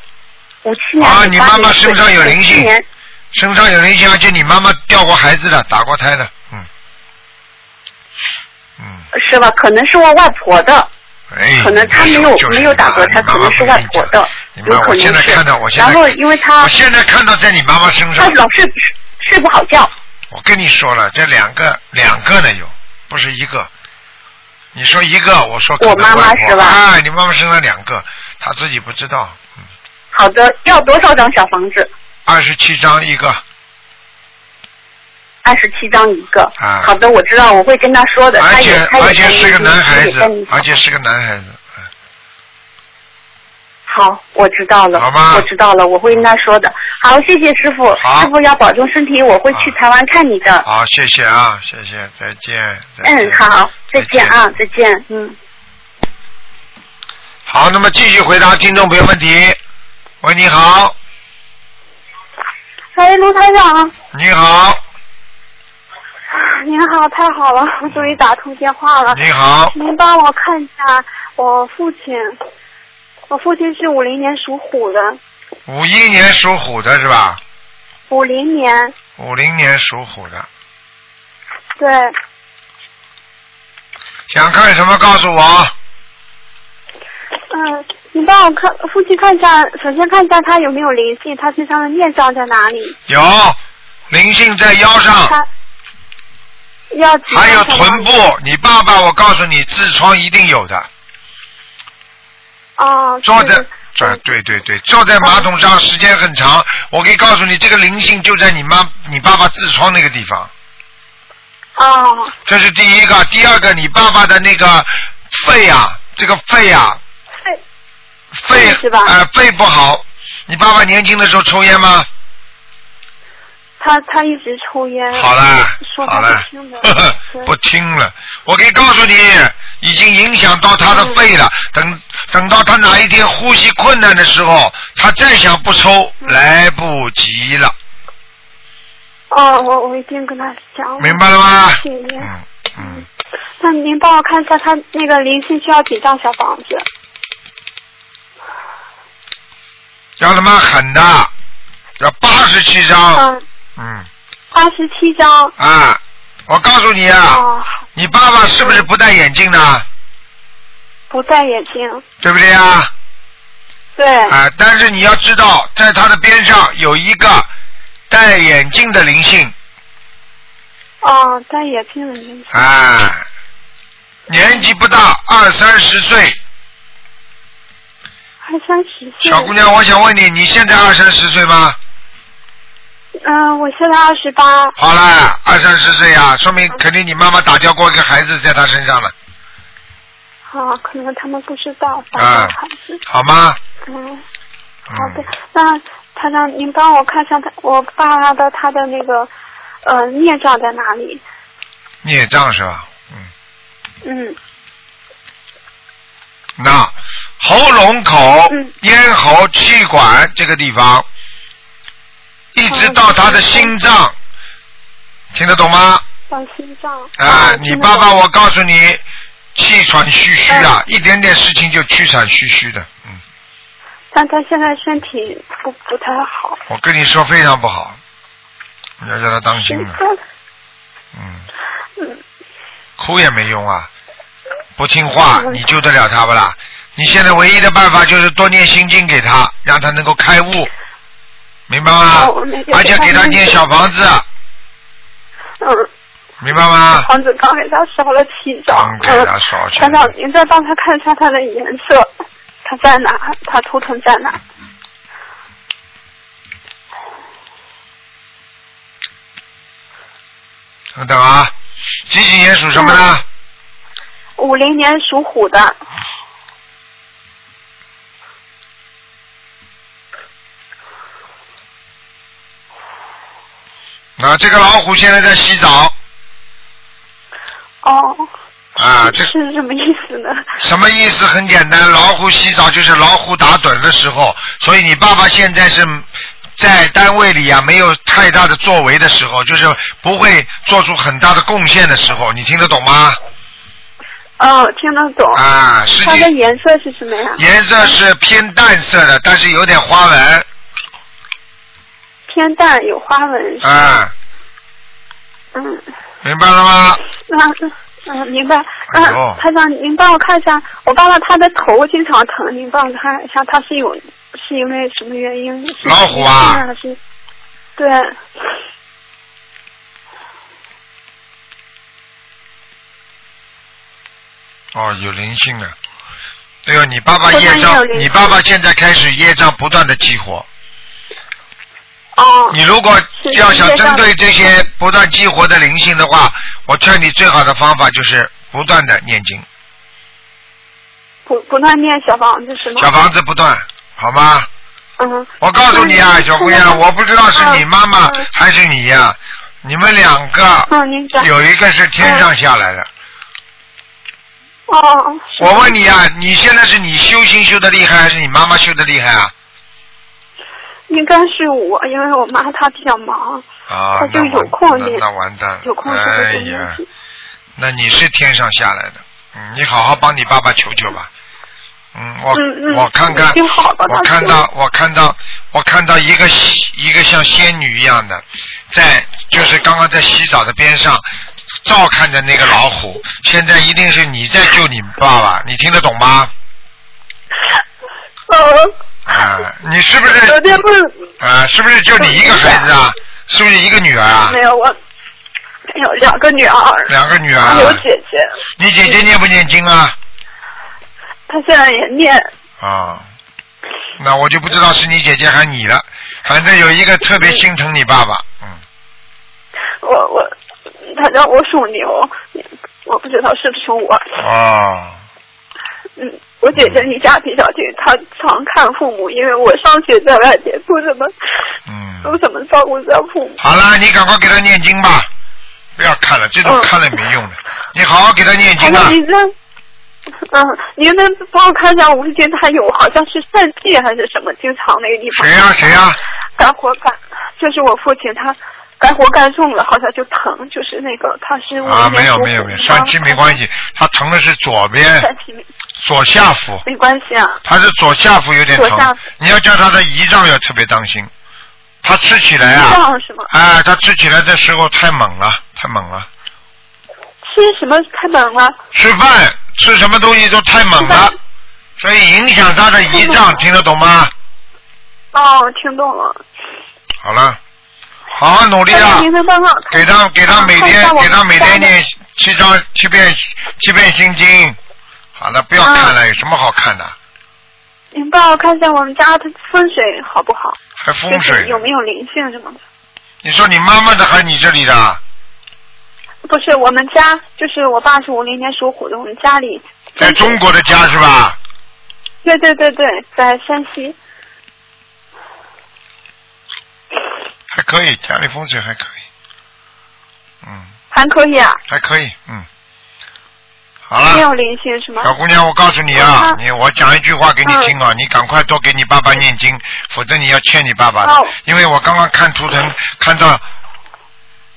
Speaker 5: 五七年
Speaker 1: 啊
Speaker 5: 58
Speaker 1: 你妈妈
Speaker 5: 年
Speaker 1: 身上有灵性
Speaker 5: 57年
Speaker 1: 身上有灵性，而且你妈妈掉过孩子的，打过胎的，嗯，嗯，
Speaker 5: 是吧？可能是我外婆的，
Speaker 1: 哎，
Speaker 5: 可能她没
Speaker 1: 你妈
Speaker 5: 有
Speaker 1: 就是啊
Speaker 5: 没有
Speaker 1: 你妈
Speaker 5: 打过
Speaker 1: 你
Speaker 5: 胎，
Speaker 1: 妈
Speaker 5: 可
Speaker 1: 妈
Speaker 5: 能是外婆的，
Speaker 1: 你
Speaker 5: 有
Speaker 1: 妈，
Speaker 5: 可
Speaker 1: 我
Speaker 5: 能
Speaker 1: 现在看到，我
Speaker 5: 是。
Speaker 1: 现在
Speaker 5: 然后因为她
Speaker 1: 我现在看到在你妈妈身
Speaker 5: 她
Speaker 1: 上，
Speaker 5: 啊老睡睡不好觉，
Speaker 1: 我跟你说了，这两个两个呢有，不是一个。你说一个，我说可能
Speaker 5: 我妈妈
Speaker 1: 外婆
Speaker 5: 是吧
Speaker 1: 啊，你妈妈身上两个，她自己不知道。嗯，
Speaker 5: 好的，要多少张小房子？
Speaker 1: 二十七张一个，
Speaker 5: 二十七张一个。
Speaker 1: 啊
Speaker 5: 好的，我知道，我会跟她说的。她
Speaker 1: 而
Speaker 5: 也
Speaker 1: 且
Speaker 5: 她也
Speaker 1: 而且是个男孩
Speaker 5: 也跟你
Speaker 1: 子，而且是个男孩子。嗯
Speaker 5: 好，我知道了，
Speaker 1: 好吧
Speaker 5: 我知道了，我会跟他说的。好，谢谢师傅，
Speaker 1: 好
Speaker 5: 师傅要保重身体，我会去
Speaker 1: 啊
Speaker 5: 台湾看你的。
Speaker 1: 好，谢谢啊，谢谢，再见。再见
Speaker 5: 嗯，好，再见啊，
Speaker 1: 再
Speaker 5: 再见，嗯。
Speaker 1: 好，那么继续回答听众朋友问题。喂，你好，
Speaker 7: 喂，哎卢台长，
Speaker 1: 你好，
Speaker 7: 您好，太好了，我终于打通电话
Speaker 5: 啊
Speaker 7: 了。
Speaker 1: 你好，
Speaker 7: 您帮我看一下我父亲，我父亲是五零年属虎的，
Speaker 1: 五一年属虎的是吧？
Speaker 7: 五零年，
Speaker 1: 五零年属虎的，
Speaker 7: 对，
Speaker 1: 想看什么告诉我。
Speaker 7: 嗯，您帮我看父亲看一下，首先看一下他有没有灵性，他身上的孽障在哪里？
Speaker 1: 有灵性在腰上，
Speaker 7: 他要几
Speaker 1: 还有
Speaker 7: 张小
Speaker 1: 臀
Speaker 7: 房子
Speaker 1: 部。你爸爸，我告诉你，痔疮一定有的。
Speaker 7: 哦，
Speaker 1: 坐在
Speaker 7: 是
Speaker 1: 这，对对对，坐在马桶上时间很长，我可以告诉你，这个灵性就在你妈、你爸爸痔疮那个地方。
Speaker 7: 哦
Speaker 1: 这是第一个，第二个，你爸爸的那个肺啊，这个肺啊，
Speaker 7: 肺
Speaker 1: 肺
Speaker 7: 肺是吧
Speaker 1: 呃，肺不好。你爸爸年轻的时候抽烟吗？
Speaker 7: 他他一直抽烟。
Speaker 1: 好了，
Speaker 7: 哎说
Speaker 1: 好
Speaker 7: 他
Speaker 1: 了
Speaker 7: 不 听的，
Speaker 1: 呵呵
Speaker 7: 对
Speaker 1: 不听了。我可以告诉你，已经影响到他的肺了。
Speaker 7: 嗯
Speaker 1: 等等到他哪一天呼吸困难
Speaker 7: 嗯
Speaker 1: 的时候，他再想不抽，来不及了。
Speaker 7: 哦，我我一定跟他讲。
Speaker 1: 明白了吗
Speaker 7: 哦谢谢您。
Speaker 1: 嗯嗯，
Speaker 7: 那您帮我看一下他那个灵性需要几张小房子？
Speaker 1: 要他妈狠的，要八十七张，
Speaker 7: 嗯，
Speaker 1: 嗯
Speaker 7: 八十七张。
Speaker 1: 啊，我告诉你啊，
Speaker 7: 哦，
Speaker 1: 你爸爸是不是不戴眼镜的？
Speaker 7: 不戴眼镜。
Speaker 1: 对不对啊？
Speaker 7: 对。
Speaker 1: 啊，但是你要知道，在他的边上有一个戴眼镜的灵性
Speaker 7: 哦，戴眼镜的灵性。
Speaker 1: 啊，年纪不大，二三十岁，
Speaker 7: 还三十岁。
Speaker 1: 小姑。娘，我想问你，你现在二三十岁吗？
Speaker 7: 嗯、我现在二十八。
Speaker 1: 好啦，二三十岁呀、说明肯定你妈妈打掉过一个孩子在她身上了，
Speaker 7: 啊，可能他们不知道，打
Speaker 1: 啊
Speaker 7: 小孩子。
Speaker 1: 好吗？
Speaker 7: 嗯，
Speaker 1: 嗯
Speaker 7: 好的。那台长，您帮我看一下他，我爸爸的他的那个呃孽障在哪里？
Speaker 1: 孽障是吧？嗯，
Speaker 7: 嗯，
Speaker 1: 那喉咙口、
Speaker 7: 嗯
Speaker 1: 咽喉、气管这个地方，一直到他的心脏，听得懂吗？
Speaker 7: 放心脏。
Speaker 1: 啊，
Speaker 7: 嗯听
Speaker 1: 你
Speaker 7: 得
Speaker 1: 爸爸，
Speaker 7: 懂
Speaker 1: 我告诉你，气喘吁吁啊，
Speaker 7: 嗯
Speaker 1: 一点点事情就气喘吁吁的。嗯，
Speaker 7: 但他现在身体不不太好。
Speaker 1: 我跟你说非常不好，你要叫他当心了。嗯，
Speaker 7: 嗯，
Speaker 1: 哭也没用啊，不听话你救得了他不啦？你现在唯一的办法就是多念心经给他，让他能够开悟，明白吗
Speaker 7: 哦我每？天
Speaker 1: 而且
Speaker 7: 给他
Speaker 1: 给他
Speaker 7: 念
Speaker 1: 念
Speaker 7: 经
Speaker 1: 小房子，
Speaker 7: 嗯，
Speaker 1: 明白吗？
Speaker 7: 房子刚给他烧了七
Speaker 1: 啊刚
Speaker 7: 张。
Speaker 1: 给
Speaker 7: 嗯
Speaker 1: 他烧去
Speaker 7: 台长，您再帮他看一下他的颜色，他在哪？他图腾在哪？
Speaker 1: 等等啊，几几年属什么呢？
Speaker 7: 五零年属虎的。
Speaker 1: 啊，这个老虎现在在洗澡
Speaker 7: 哦，
Speaker 1: 啊，这
Speaker 7: 是什么意思呢？
Speaker 1: 什么意思？很简单，老虎洗澡就是老虎打盹的时候，所以你爸爸现在是在单位里啊，没有太大的作为的时候，就是不会做出很大的贡献的时候，你听得懂吗？
Speaker 7: 哦，听得懂。
Speaker 1: 啊，实
Speaker 7: 它的
Speaker 1: 际
Speaker 7: 颜色是什么呀？
Speaker 1: 颜色是偏淡色的，但是有点花纹
Speaker 7: 偏淡，有花纹。
Speaker 1: 啊，
Speaker 7: 嗯，
Speaker 1: 明白了吗？
Speaker 7: 那嗯，明白。嗯
Speaker 1: 哎呦，
Speaker 7: 台长，您帮我看一下，我爸爸他的头经常疼，您帮我看一下，他是有是因为什么原因？是
Speaker 1: 老虎啊
Speaker 7: 还是？对，
Speaker 1: 哦，有灵性的。哎呦，你爸爸
Speaker 7: 我
Speaker 1: 业
Speaker 7: 看见
Speaker 1: 障
Speaker 7: 有，灵
Speaker 1: 你
Speaker 7: 性
Speaker 1: 爸爸现在开始业障不断的激活。
Speaker 7: 哦，
Speaker 1: 你如果要想针对这些不断激活的灵性的话，我劝你最好的方法就是不断的念经，
Speaker 7: 不不断念小房子是吗？
Speaker 1: 小房子不断，好吗？
Speaker 7: 嗯，
Speaker 1: 我告诉你啊，
Speaker 7: 嗯
Speaker 1: 小姑娘，我不知道是你妈妈
Speaker 7: 嗯嗯
Speaker 1: 还是你呀、你们两个
Speaker 7: 嗯，您讲。
Speaker 1: 有一个是天上下来的。
Speaker 7: 哦哦，是
Speaker 1: 我问你啊，你现在是你修心修的厉害，还是你妈妈修的厉害啊？
Speaker 7: 应该是我，因为我妈她比较忙，
Speaker 1: 啊
Speaker 7: 她，哦就
Speaker 1: 那
Speaker 7: 有
Speaker 1: 完
Speaker 7: 空
Speaker 1: 那
Speaker 7: 念
Speaker 1: 那完蛋了，
Speaker 7: 有空就
Speaker 1: 哎
Speaker 7: 会做
Speaker 1: 呀
Speaker 7: 东，西。
Speaker 1: 那你是天上下来的，嗯，你好好帮你爸爸求求吧。嗯，我
Speaker 7: 嗯嗯
Speaker 1: 我看看，
Speaker 7: 挺好的
Speaker 1: 我
Speaker 7: 他
Speaker 1: 看
Speaker 7: 是
Speaker 1: 到我看到我看到一个西一个像仙女一样的，在就是刚刚在洗澡的边上，照看着那个老虎。现在一定是你在救你爸爸，你听得懂吗？
Speaker 7: 嗯，
Speaker 1: 啊、你是不是
Speaker 7: 昨天不是
Speaker 1: 啊、是不是就你一个孩子啊？是不是一个女儿啊
Speaker 7: 没？有我，有两个女儿，
Speaker 1: 两个女儿、啊
Speaker 7: 还。有姐姐，
Speaker 1: 你姐姐念不念经啊？
Speaker 7: 她现在也念。
Speaker 1: 啊，那我就不知道是你姐姐还是你了，反正有一个特别心疼你爸爸，嗯，
Speaker 7: 我我，她让我属牛，我不知道是不是我。
Speaker 1: 哦，
Speaker 7: 嗯，我姐姐离家比较近，她常看父母，因为我上学在外地，不怎么不
Speaker 1: 嗯，
Speaker 7: 怎么照顾到父母。
Speaker 1: 好了，你赶快给他念经吧，不要看了，这种
Speaker 7: 嗯
Speaker 1: 看了没用的，你好好给他念
Speaker 7: 还
Speaker 1: 经啊
Speaker 7: 有，您这，嗯，您能帮我看一下吴志坚，他有好像是肾气还是什么，经常那个地方。
Speaker 1: 谁呀、谁呀、
Speaker 7: 肝火感，就是我父亲他，干活干重了，好像就疼，就是那个他是我
Speaker 1: 啊，没有没有没有，上期没关系，他疼的是左边
Speaker 7: 三体没
Speaker 1: 左下腹，
Speaker 7: 没关系啊，
Speaker 1: 他是左下腹有点
Speaker 7: 左下
Speaker 1: 疼
Speaker 7: 腹，
Speaker 1: 你要叫他的胰脏要特别当心，他吃起来
Speaker 7: 这
Speaker 1: 啊，
Speaker 7: 样是吗？
Speaker 1: 哎，他吃起来的时候太猛了，太猛了，
Speaker 7: 吃什么太猛了？
Speaker 1: 吃饭吃什么东西都太猛了
Speaker 7: 吃饭，
Speaker 1: 所以影响他的胰
Speaker 7: 太猛
Speaker 1: 脏，
Speaker 7: 了
Speaker 1: 听得懂吗？
Speaker 7: 哦，听懂了。
Speaker 1: 好了，好好努力啊
Speaker 7: 那！您能帮我看
Speaker 1: 给他给他每
Speaker 7: 看一下
Speaker 1: 天
Speaker 7: 我
Speaker 1: 给他每
Speaker 7: 家
Speaker 1: 天
Speaker 7: 的
Speaker 1: 念七张七遍七遍心经。好了，不要看
Speaker 7: 嗯
Speaker 1: 了，有什么好看的？
Speaker 7: 您帮我看一下我们家的风水好不好？
Speaker 1: 还风
Speaker 7: 就是
Speaker 1: 水？
Speaker 7: 有没有灵性什么的？
Speaker 1: 你说你妈妈的还是你这里的？
Speaker 7: 不是，我们家就是我爸是五零年属虎的，我们家里
Speaker 1: 在中国的家是吧？
Speaker 7: 对对对对，在山西。
Speaker 1: 还可以，家里风水还可以。嗯，
Speaker 7: 还可以啊，
Speaker 1: 还可以，嗯。好
Speaker 7: 没有
Speaker 1: 了，
Speaker 7: 灵性是吗？
Speaker 1: 小姑娘，我告诉你啊
Speaker 7: 嗯，
Speaker 1: 你我讲一句话给你听啊，你赶快多给你爸爸念经，否则你要欠你爸爸的
Speaker 7: 哦。
Speaker 1: 因为我刚刚看图腾，看到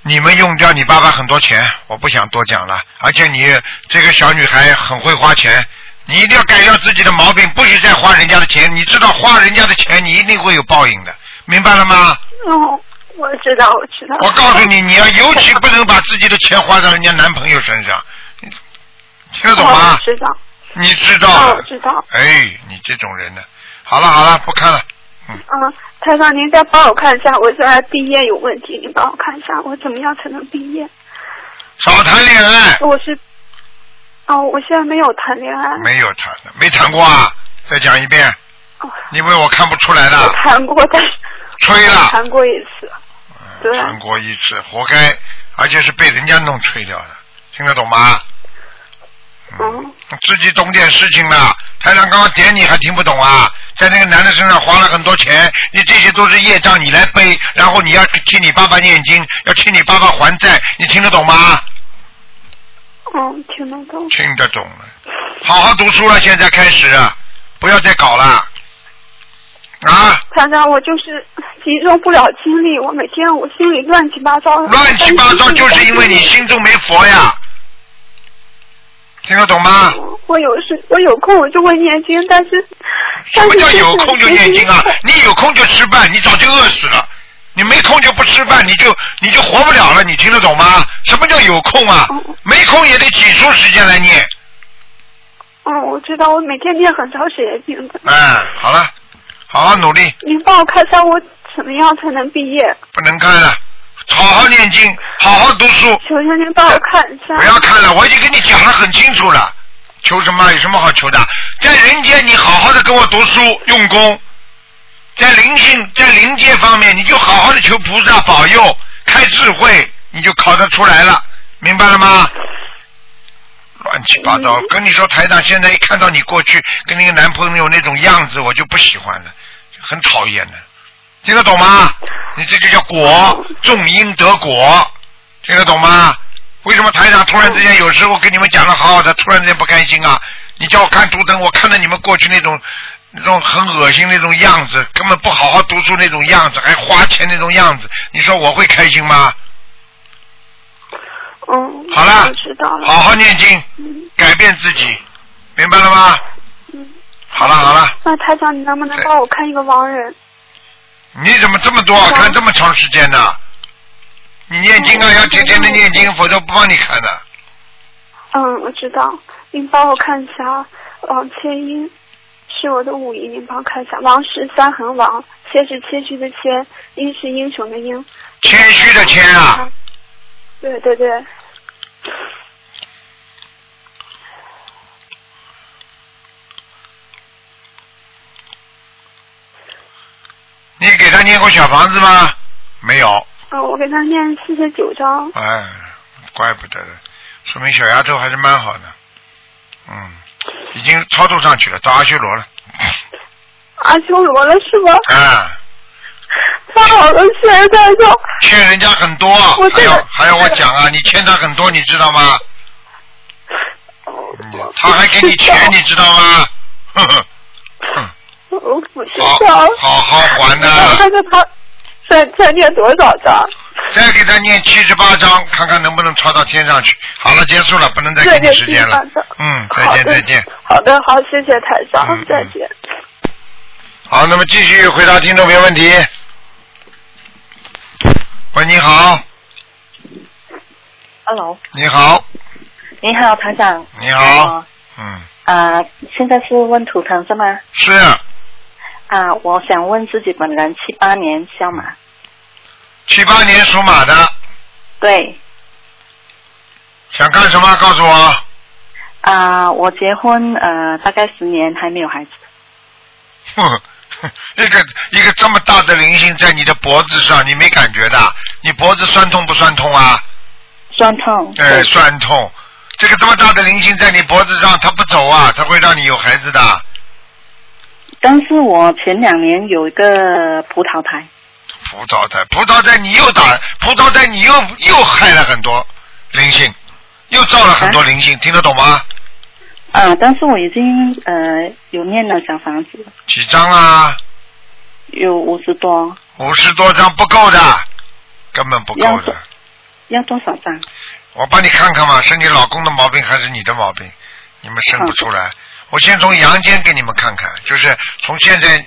Speaker 1: 你们用掉你爸爸很多钱，我不想多讲了。而且你这个小女孩很会花钱，你一定要改掉自己的毛病，不许再花人家的钱。你知道花人家的钱，你一定会有报应的，明白了吗？
Speaker 7: 嗯，我知道，我知道。
Speaker 1: 我告诉你，你要尤其不能把自己的钱花到人家男朋友身上，你听得懂
Speaker 7: 哦
Speaker 1: 吗
Speaker 7: 我？知道，
Speaker 1: 你知道
Speaker 7: 哦，我
Speaker 1: 了？
Speaker 7: 知道。
Speaker 1: 哎，你这种人呢，好了好了，不看了，嗯，
Speaker 7: 嗯，台长，您再帮我看一下，我现在毕业有问题，您帮我看一下，我怎么样才能毕业？
Speaker 1: 少谈恋爱，
Speaker 7: 我是，哦，我现在没有谈恋爱，
Speaker 1: 没有谈的，没谈过啊，再讲一遍，
Speaker 7: 哦
Speaker 1: 因为我看不出来
Speaker 7: 我
Speaker 1: 了，
Speaker 7: 谈过，但是
Speaker 1: 吹了，
Speaker 7: 谈过一次，
Speaker 1: 啊嗯
Speaker 7: 对
Speaker 1: 谈过一次，活该，而且是被人家弄吹掉的，听得懂吗？
Speaker 7: 嗯，
Speaker 1: 自己懂点事情了。台长刚刚点你还听不懂啊？在那个男的身上花了很多钱，你这些都是业障，你来背，然后你要替你爸爸念经，要替你爸爸还债，你听得懂吗？
Speaker 7: 嗯，听得懂。
Speaker 1: 听得懂了，好好读书了，现在开始，啊不要再搞了。啊，
Speaker 7: 台长，我就是集中不了精力，我每天我心里乱七八糟。
Speaker 1: 乱七八糟就是因为你心中没佛呀，听得懂吗？
Speaker 7: 我有时我有空我就会念经，但是
Speaker 1: 什
Speaker 7: 但
Speaker 1: 么
Speaker 7: 是
Speaker 1: 叫有
Speaker 7: 是
Speaker 1: 空就念经啊？你有空就吃饭，你早就饿死了。你没空就不吃饭，你就你就活不了了，你听得懂吗？什么叫有空啊？没空也得挤出时间来念。
Speaker 7: 嗯，我知道，我每天念很长时间经的。
Speaker 1: 哎，好了，好好努力，
Speaker 7: 您帮我看一下我怎么样才能毕业？
Speaker 1: 不能看了，好好念经，好好读书，
Speaker 7: 求求您帮我看一下。
Speaker 1: 哎不要看了，我已经跟你讲的很清楚了。求什么？有什么好求的？在人间，你好好的跟我读书用功；在灵性，在灵界方面，你就好好的求菩萨保佑，开智慧，你就考得出来了，明白了吗？乱七八糟，跟你说，台长现在一看到你过去跟那个男朋友那种样子，我就不喜欢了，很讨厌的，听得懂吗？你这个叫果，种因得果，听得懂吗？为什么台长突然之间有时候跟你们讲的好好的，突然之间不开心啊？你叫我看图腾，我看到你们过去那种那种很恶心那种样子，根本不好好读书那种样子，还花钱那种样子，你说我会开心吗？
Speaker 7: 嗯，
Speaker 1: 好了
Speaker 7: 我知道了。
Speaker 1: 好好念经，改变自己，明白了吗？好了好了，
Speaker 7: 那台长，你能不能
Speaker 1: 哎
Speaker 7: 帮我看一个亡人？
Speaker 1: 你怎么这么多啊看这么长时间呢、你念经啊，要天天的念经，否则不帮你看的。
Speaker 7: 嗯，我知道。您帮我看一下，王千英是我的五姨，您帮我看一下。王是三横王，谦是谦虚的谦，英是英雄的英。
Speaker 1: 谦虚的谦啊，
Speaker 7: 对对对，
Speaker 1: 你给他念过小房子吗？没有。
Speaker 7: 嗯，我给他念四十九章。
Speaker 1: 哎，怪不得的，说明小丫头还是蛮好的。嗯，已经超度上去了，到阿修罗了。
Speaker 7: 阿修罗了是吗？
Speaker 1: 啊，
Speaker 7: 太好了，谢谢台长。
Speaker 1: 欠人家很多，
Speaker 7: 我
Speaker 1: 还
Speaker 7: 这个
Speaker 1: 要还要我讲啊，你欠他很多，你知道吗？嗯他还给你钱，你知道吗？哼哼，
Speaker 7: 我不知
Speaker 1: 好
Speaker 7: 道。，
Speaker 1: 好好还
Speaker 7: 那
Speaker 1: 呐、
Speaker 7: 看看他在在念多少章？
Speaker 1: 再给他念七十八章，看看能不能抄到天上去。好了，结束了，不能再给你时间了
Speaker 7: 对对78章。
Speaker 1: 嗯，再见再见。
Speaker 7: 好的，好，谢谢台长，
Speaker 1: 嗯嗯
Speaker 7: 再见。
Speaker 1: 好，那么继续回答听众朋友问题。喂，你好，
Speaker 8: Hello，
Speaker 1: 你好，
Speaker 8: 你好，台长。
Speaker 1: 你好，嗯，
Speaker 8: 啊、现在是问图腾是吗？
Speaker 1: 是
Speaker 8: 啊、我想问自己本人七八年小马，
Speaker 1: 七八年属马的，
Speaker 8: 对，
Speaker 1: 想干什么？告诉我。
Speaker 8: 啊、我结婚呃大概十年还没有孩子，
Speaker 1: 哼，哼一个一个这么大的灵性在你的脖子上，你没感觉的？你脖子酸痛不酸痛啊？
Speaker 8: 酸痛。
Speaker 1: 哎，酸痛。这个这么大的灵性在你脖子上，它不走啊，它会让你有孩子的。
Speaker 8: 但是我前两年有一个葡萄胎，
Speaker 1: 葡萄胎，葡萄胎你又打，葡萄胎你又又害了很多灵性，又造了很多灵性，听得懂吗？
Speaker 8: 啊、但是我已经呃有念了小房子，
Speaker 1: 几张啊？
Speaker 8: 有五十多，
Speaker 1: 五十多张不够的，根本不够的。
Speaker 8: 要多少张？
Speaker 1: 我帮你看看嘛，是你老公的毛病还是你的毛病？你们生不出来。我先从阳间给你们看看，就是从现在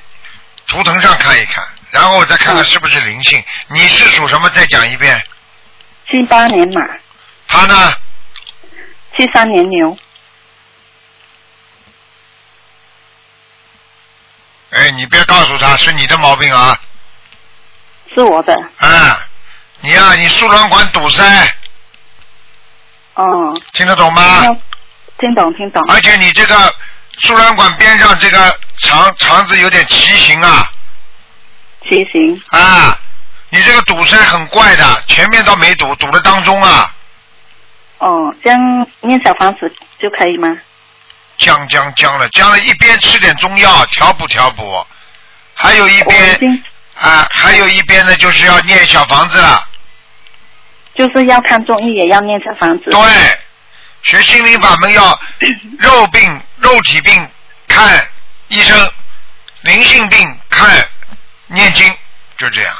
Speaker 1: 图腾上看一看，然后我再看看是不是灵性。你是属什么？再讲一遍。
Speaker 8: 七八年马，
Speaker 1: 他呢？
Speaker 8: 七三年牛，
Speaker 1: 哎，你别告诉他是你的毛病啊！
Speaker 8: 是我的。
Speaker 1: 啊，你呀、你输卵管堵塞，
Speaker 8: 哦、
Speaker 1: 听得懂吗？
Speaker 8: 听懂听懂。
Speaker 1: 而且你这个输卵管边上这个肠肠子有点畸形啊。
Speaker 8: 畸形。
Speaker 1: 啊，你这个堵塞很怪的，前面倒没堵，堵了当中啊，
Speaker 8: 哦，这样念小房子就可以吗？
Speaker 1: 僵僵僵了，僵了一边吃点中药调补调补，还有一
Speaker 8: 哦
Speaker 1: 边啊，还有一边呢就是要念小房子了，
Speaker 8: 就是要看中医，也要念小房子。
Speaker 1: 对，学心灵法门要 肉病肉体病看医生，灵性病看念经，就这样。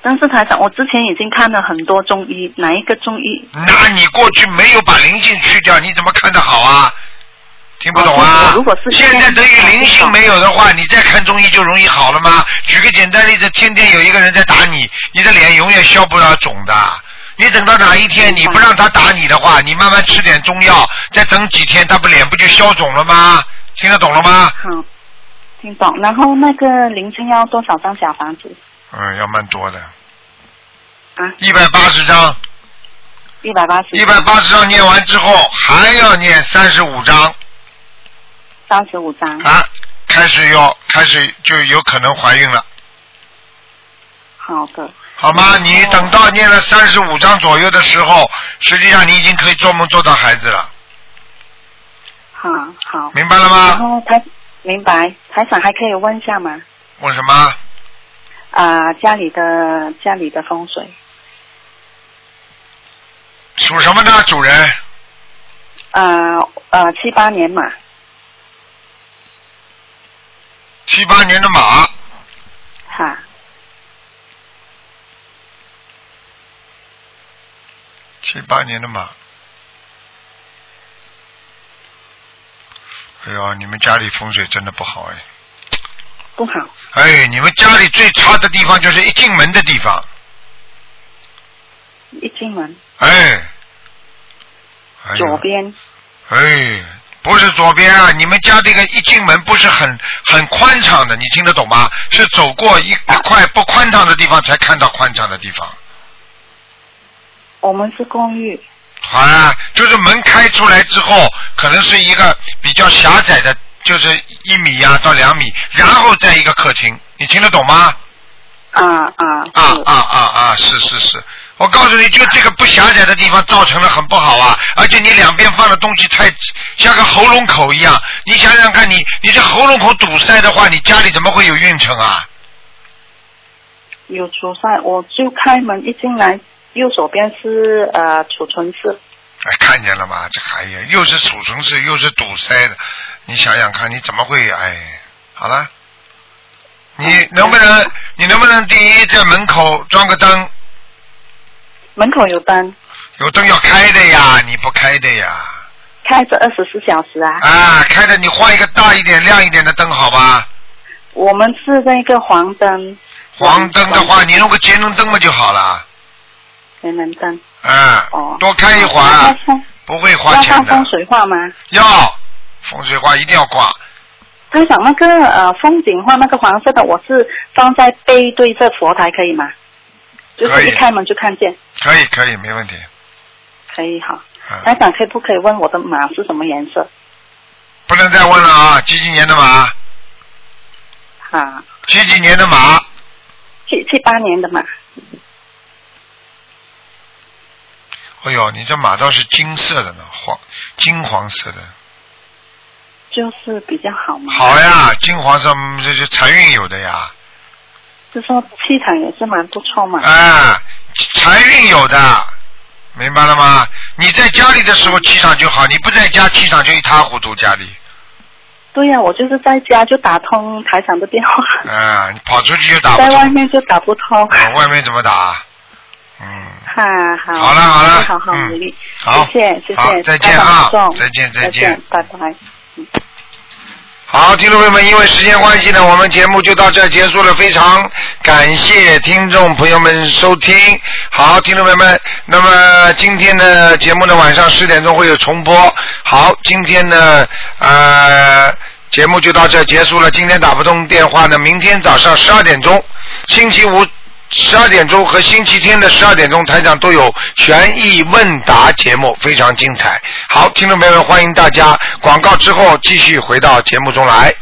Speaker 8: 但是台长，我之前已经看了很多中医，哪一个中医？
Speaker 1: 那你过去没有把灵性去掉，你怎么看得好啊？听不懂啊？
Speaker 8: 如果是
Speaker 1: 现在等于灵性没有的话，你再看中医就容易好了吗？举个简单例子，天天有一个人在打你，你的脸永远消不了肿的。你等到哪一天你不让他打你的话，你慢慢吃点中药，再等几天，他不脸不就消肿了吗？听得懂了吗？
Speaker 8: 好，听懂。然后那个灵性要多少张小房子？
Speaker 1: 嗯，要蛮多的，
Speaker 8: 啊，
Speaker 1: 一百八十张，
Speaker 8: 一百八十。
Speaker 1: 一百八十张念完之后，还要念三十五张。
Speaker 8: 三十五张。
Speaker 1: 啊，开始要开始就有可能怀孕了，
Speaker 8: 好的，
Speaker 1: 好吗？你等到念了三十五章左右的时候，实际上你已经可以做梦做到孩子了，
Speaker 8: 好好。
Speaker 1: 明白了
Speaker 8: 然
Speaker 1: 吗？
Speaker 8: 后台明白，台长还可以问一下吗？
Speaker 1: 问什么？
Speaker 8: 啊、家里的家里的风水，
Speaker 1: 属什么呢？主人，
Speaker 8: 啊呃七八年嘛，
Speaker 1: 七八年的马，
Speaker 8: 哈，
Speaker 1: 七八年的马。哎呦，你们家里风水真的不好哎！
Speaker 8: 不好。
Speaker 1: 哎，你们家里最差的地方就是一进门的地方，
Speaker 8: 一进门
Speaker 1: 哎，哎呦
Speaker 8: 左边
Speaker 1: 哎，不是左边啊，你们家这个一进门不是很很宽敞的，你听得懂吗？是走过一块不宽敞的地方才看到宽敞的地方。
Speaker 8: 我们是公寓，
Speaker 1: 好啊，就是门开出来之后，可能是一个比较狭窄的，就是一米呀、到两米，然后再一个客厅，你听得懂吗？
Speaker 8: 啊啊
Speaker 1: 啊啊
Speaker 8: 是
Speaker 1: 啊啊！是是是，我告诉你就这个不狭窄的地方造成了很不好啊，而且你两边放的东西太像个喉咙口一样，你想想看你你这喉咙口堵塞的话，你家里怎么会有运程啊？
Speaker 8: 有储塞，我就开门一进来，右手边是呃储存室，
Speaker 1: 哎，看见了吗？这哎呀，又是储存室，又是堵塞的，你想想看，你怎么会哎？好了，你能不能你能不能第一在门口装个灯，
Speaker 8: 门口有灯，
Speaker 1: 有灯要开的呀，你不开的呀。
Speaker 8: 开着二十四小时啊。
Speaker 1: 啊，开的你换一个大一点、亮一点的灯，好吧？
Speaker 8: 我们是那个黄灯，
Speaker 1: 黄灯的话，你弄个节能灯嘛就好了。
Speaker 8: 节能灯。
Speaker 1: 嗯，多开一会
Speaker 8: 要
Speaker 1: 儿
Speaker 8: 放，
Speaker 1: 不会花
Speaker 8: 哦要
Speaker 1: 钱
Speaker 8: 放
Speaker 1: 的
Speaker 8: 风。水画吗？
Speaker 1: 要风水画一定要挂，
Speaker 8: 他想那个呃风景画那个黄色的，我是放在背对着佛台可以吗？就
Speaker 1: 可
Speaker 8: 是
Speaker 1: 以
Speaker 8: 一开门就看见，
Speaker 1: 可以可以，没问题。
Speaker 8: 可以哈。
Speaker 1: 嗯
Speaker 8: 台长可以不可以问我的马是什么颜色？
Speaker 1: 不能再问了啊！几几年的马？
Speaker 8: 啊，
Speaker 1: 几几年的马？
Speaker 8: 七七八年的马，
Speaker 1: 哎呦，你这马倒是金色的呢，黄金黄色的，
Speaker 8: 就是比较好嘛。
Speaker 1: 好呀，金黄色嗯这就财运有的呀，
Speaker 8: 就说气场也是蛮不错嘛。
Speaker 1: 啊，财运有的，明白了吗？你在家里的时候气场就好，你不在家气场就一塌糊涂，家里
Speaker 8: 对呀、我就是在家就打通台长的电话，
Speaker 1: 啊，你跑出去就打不
Speaker 8: 在外
Speaker 1: 通，
Speaker 8: 面就打不通。
Speaker 1: 啊外面怎么打？嗯，
Speaker 8: 哈，好，
Speaker 1: 好了好了
Speaker 8: 好好
Speaker 1: 嗯
Speaker 8: 努力，
Speaker 1: 好
Speaker 8: 谢谢谢
Speaker 1: 好
Speaker 8: 谢，
Speaker 1: 再见
Speaker 8: 台长
Speaker 1: 啊
Speaker 8: 保重
Speaker 1: 再见再
Speaker 8: 再
Speaker 1: 见，
Speaker 8: 拜拜。
Speaker 1: 好，听众朋友们，因为时间关系呢，我们节目就到这儿结束了。非常感谢听众朋友们收听。好，听众朋友们，那么今天的节目呢，晚上十点钟会有重播。好，今天呢，呃，节目就到这儿结束了。今天打不通电话呢，明天早上十二点钟，星期五。十二点钟和星期天的十二点钟，台长都有悬疑问答节目，非常精彩。好，听众朋友们，欢迎大家广告之后继续回到节目中来。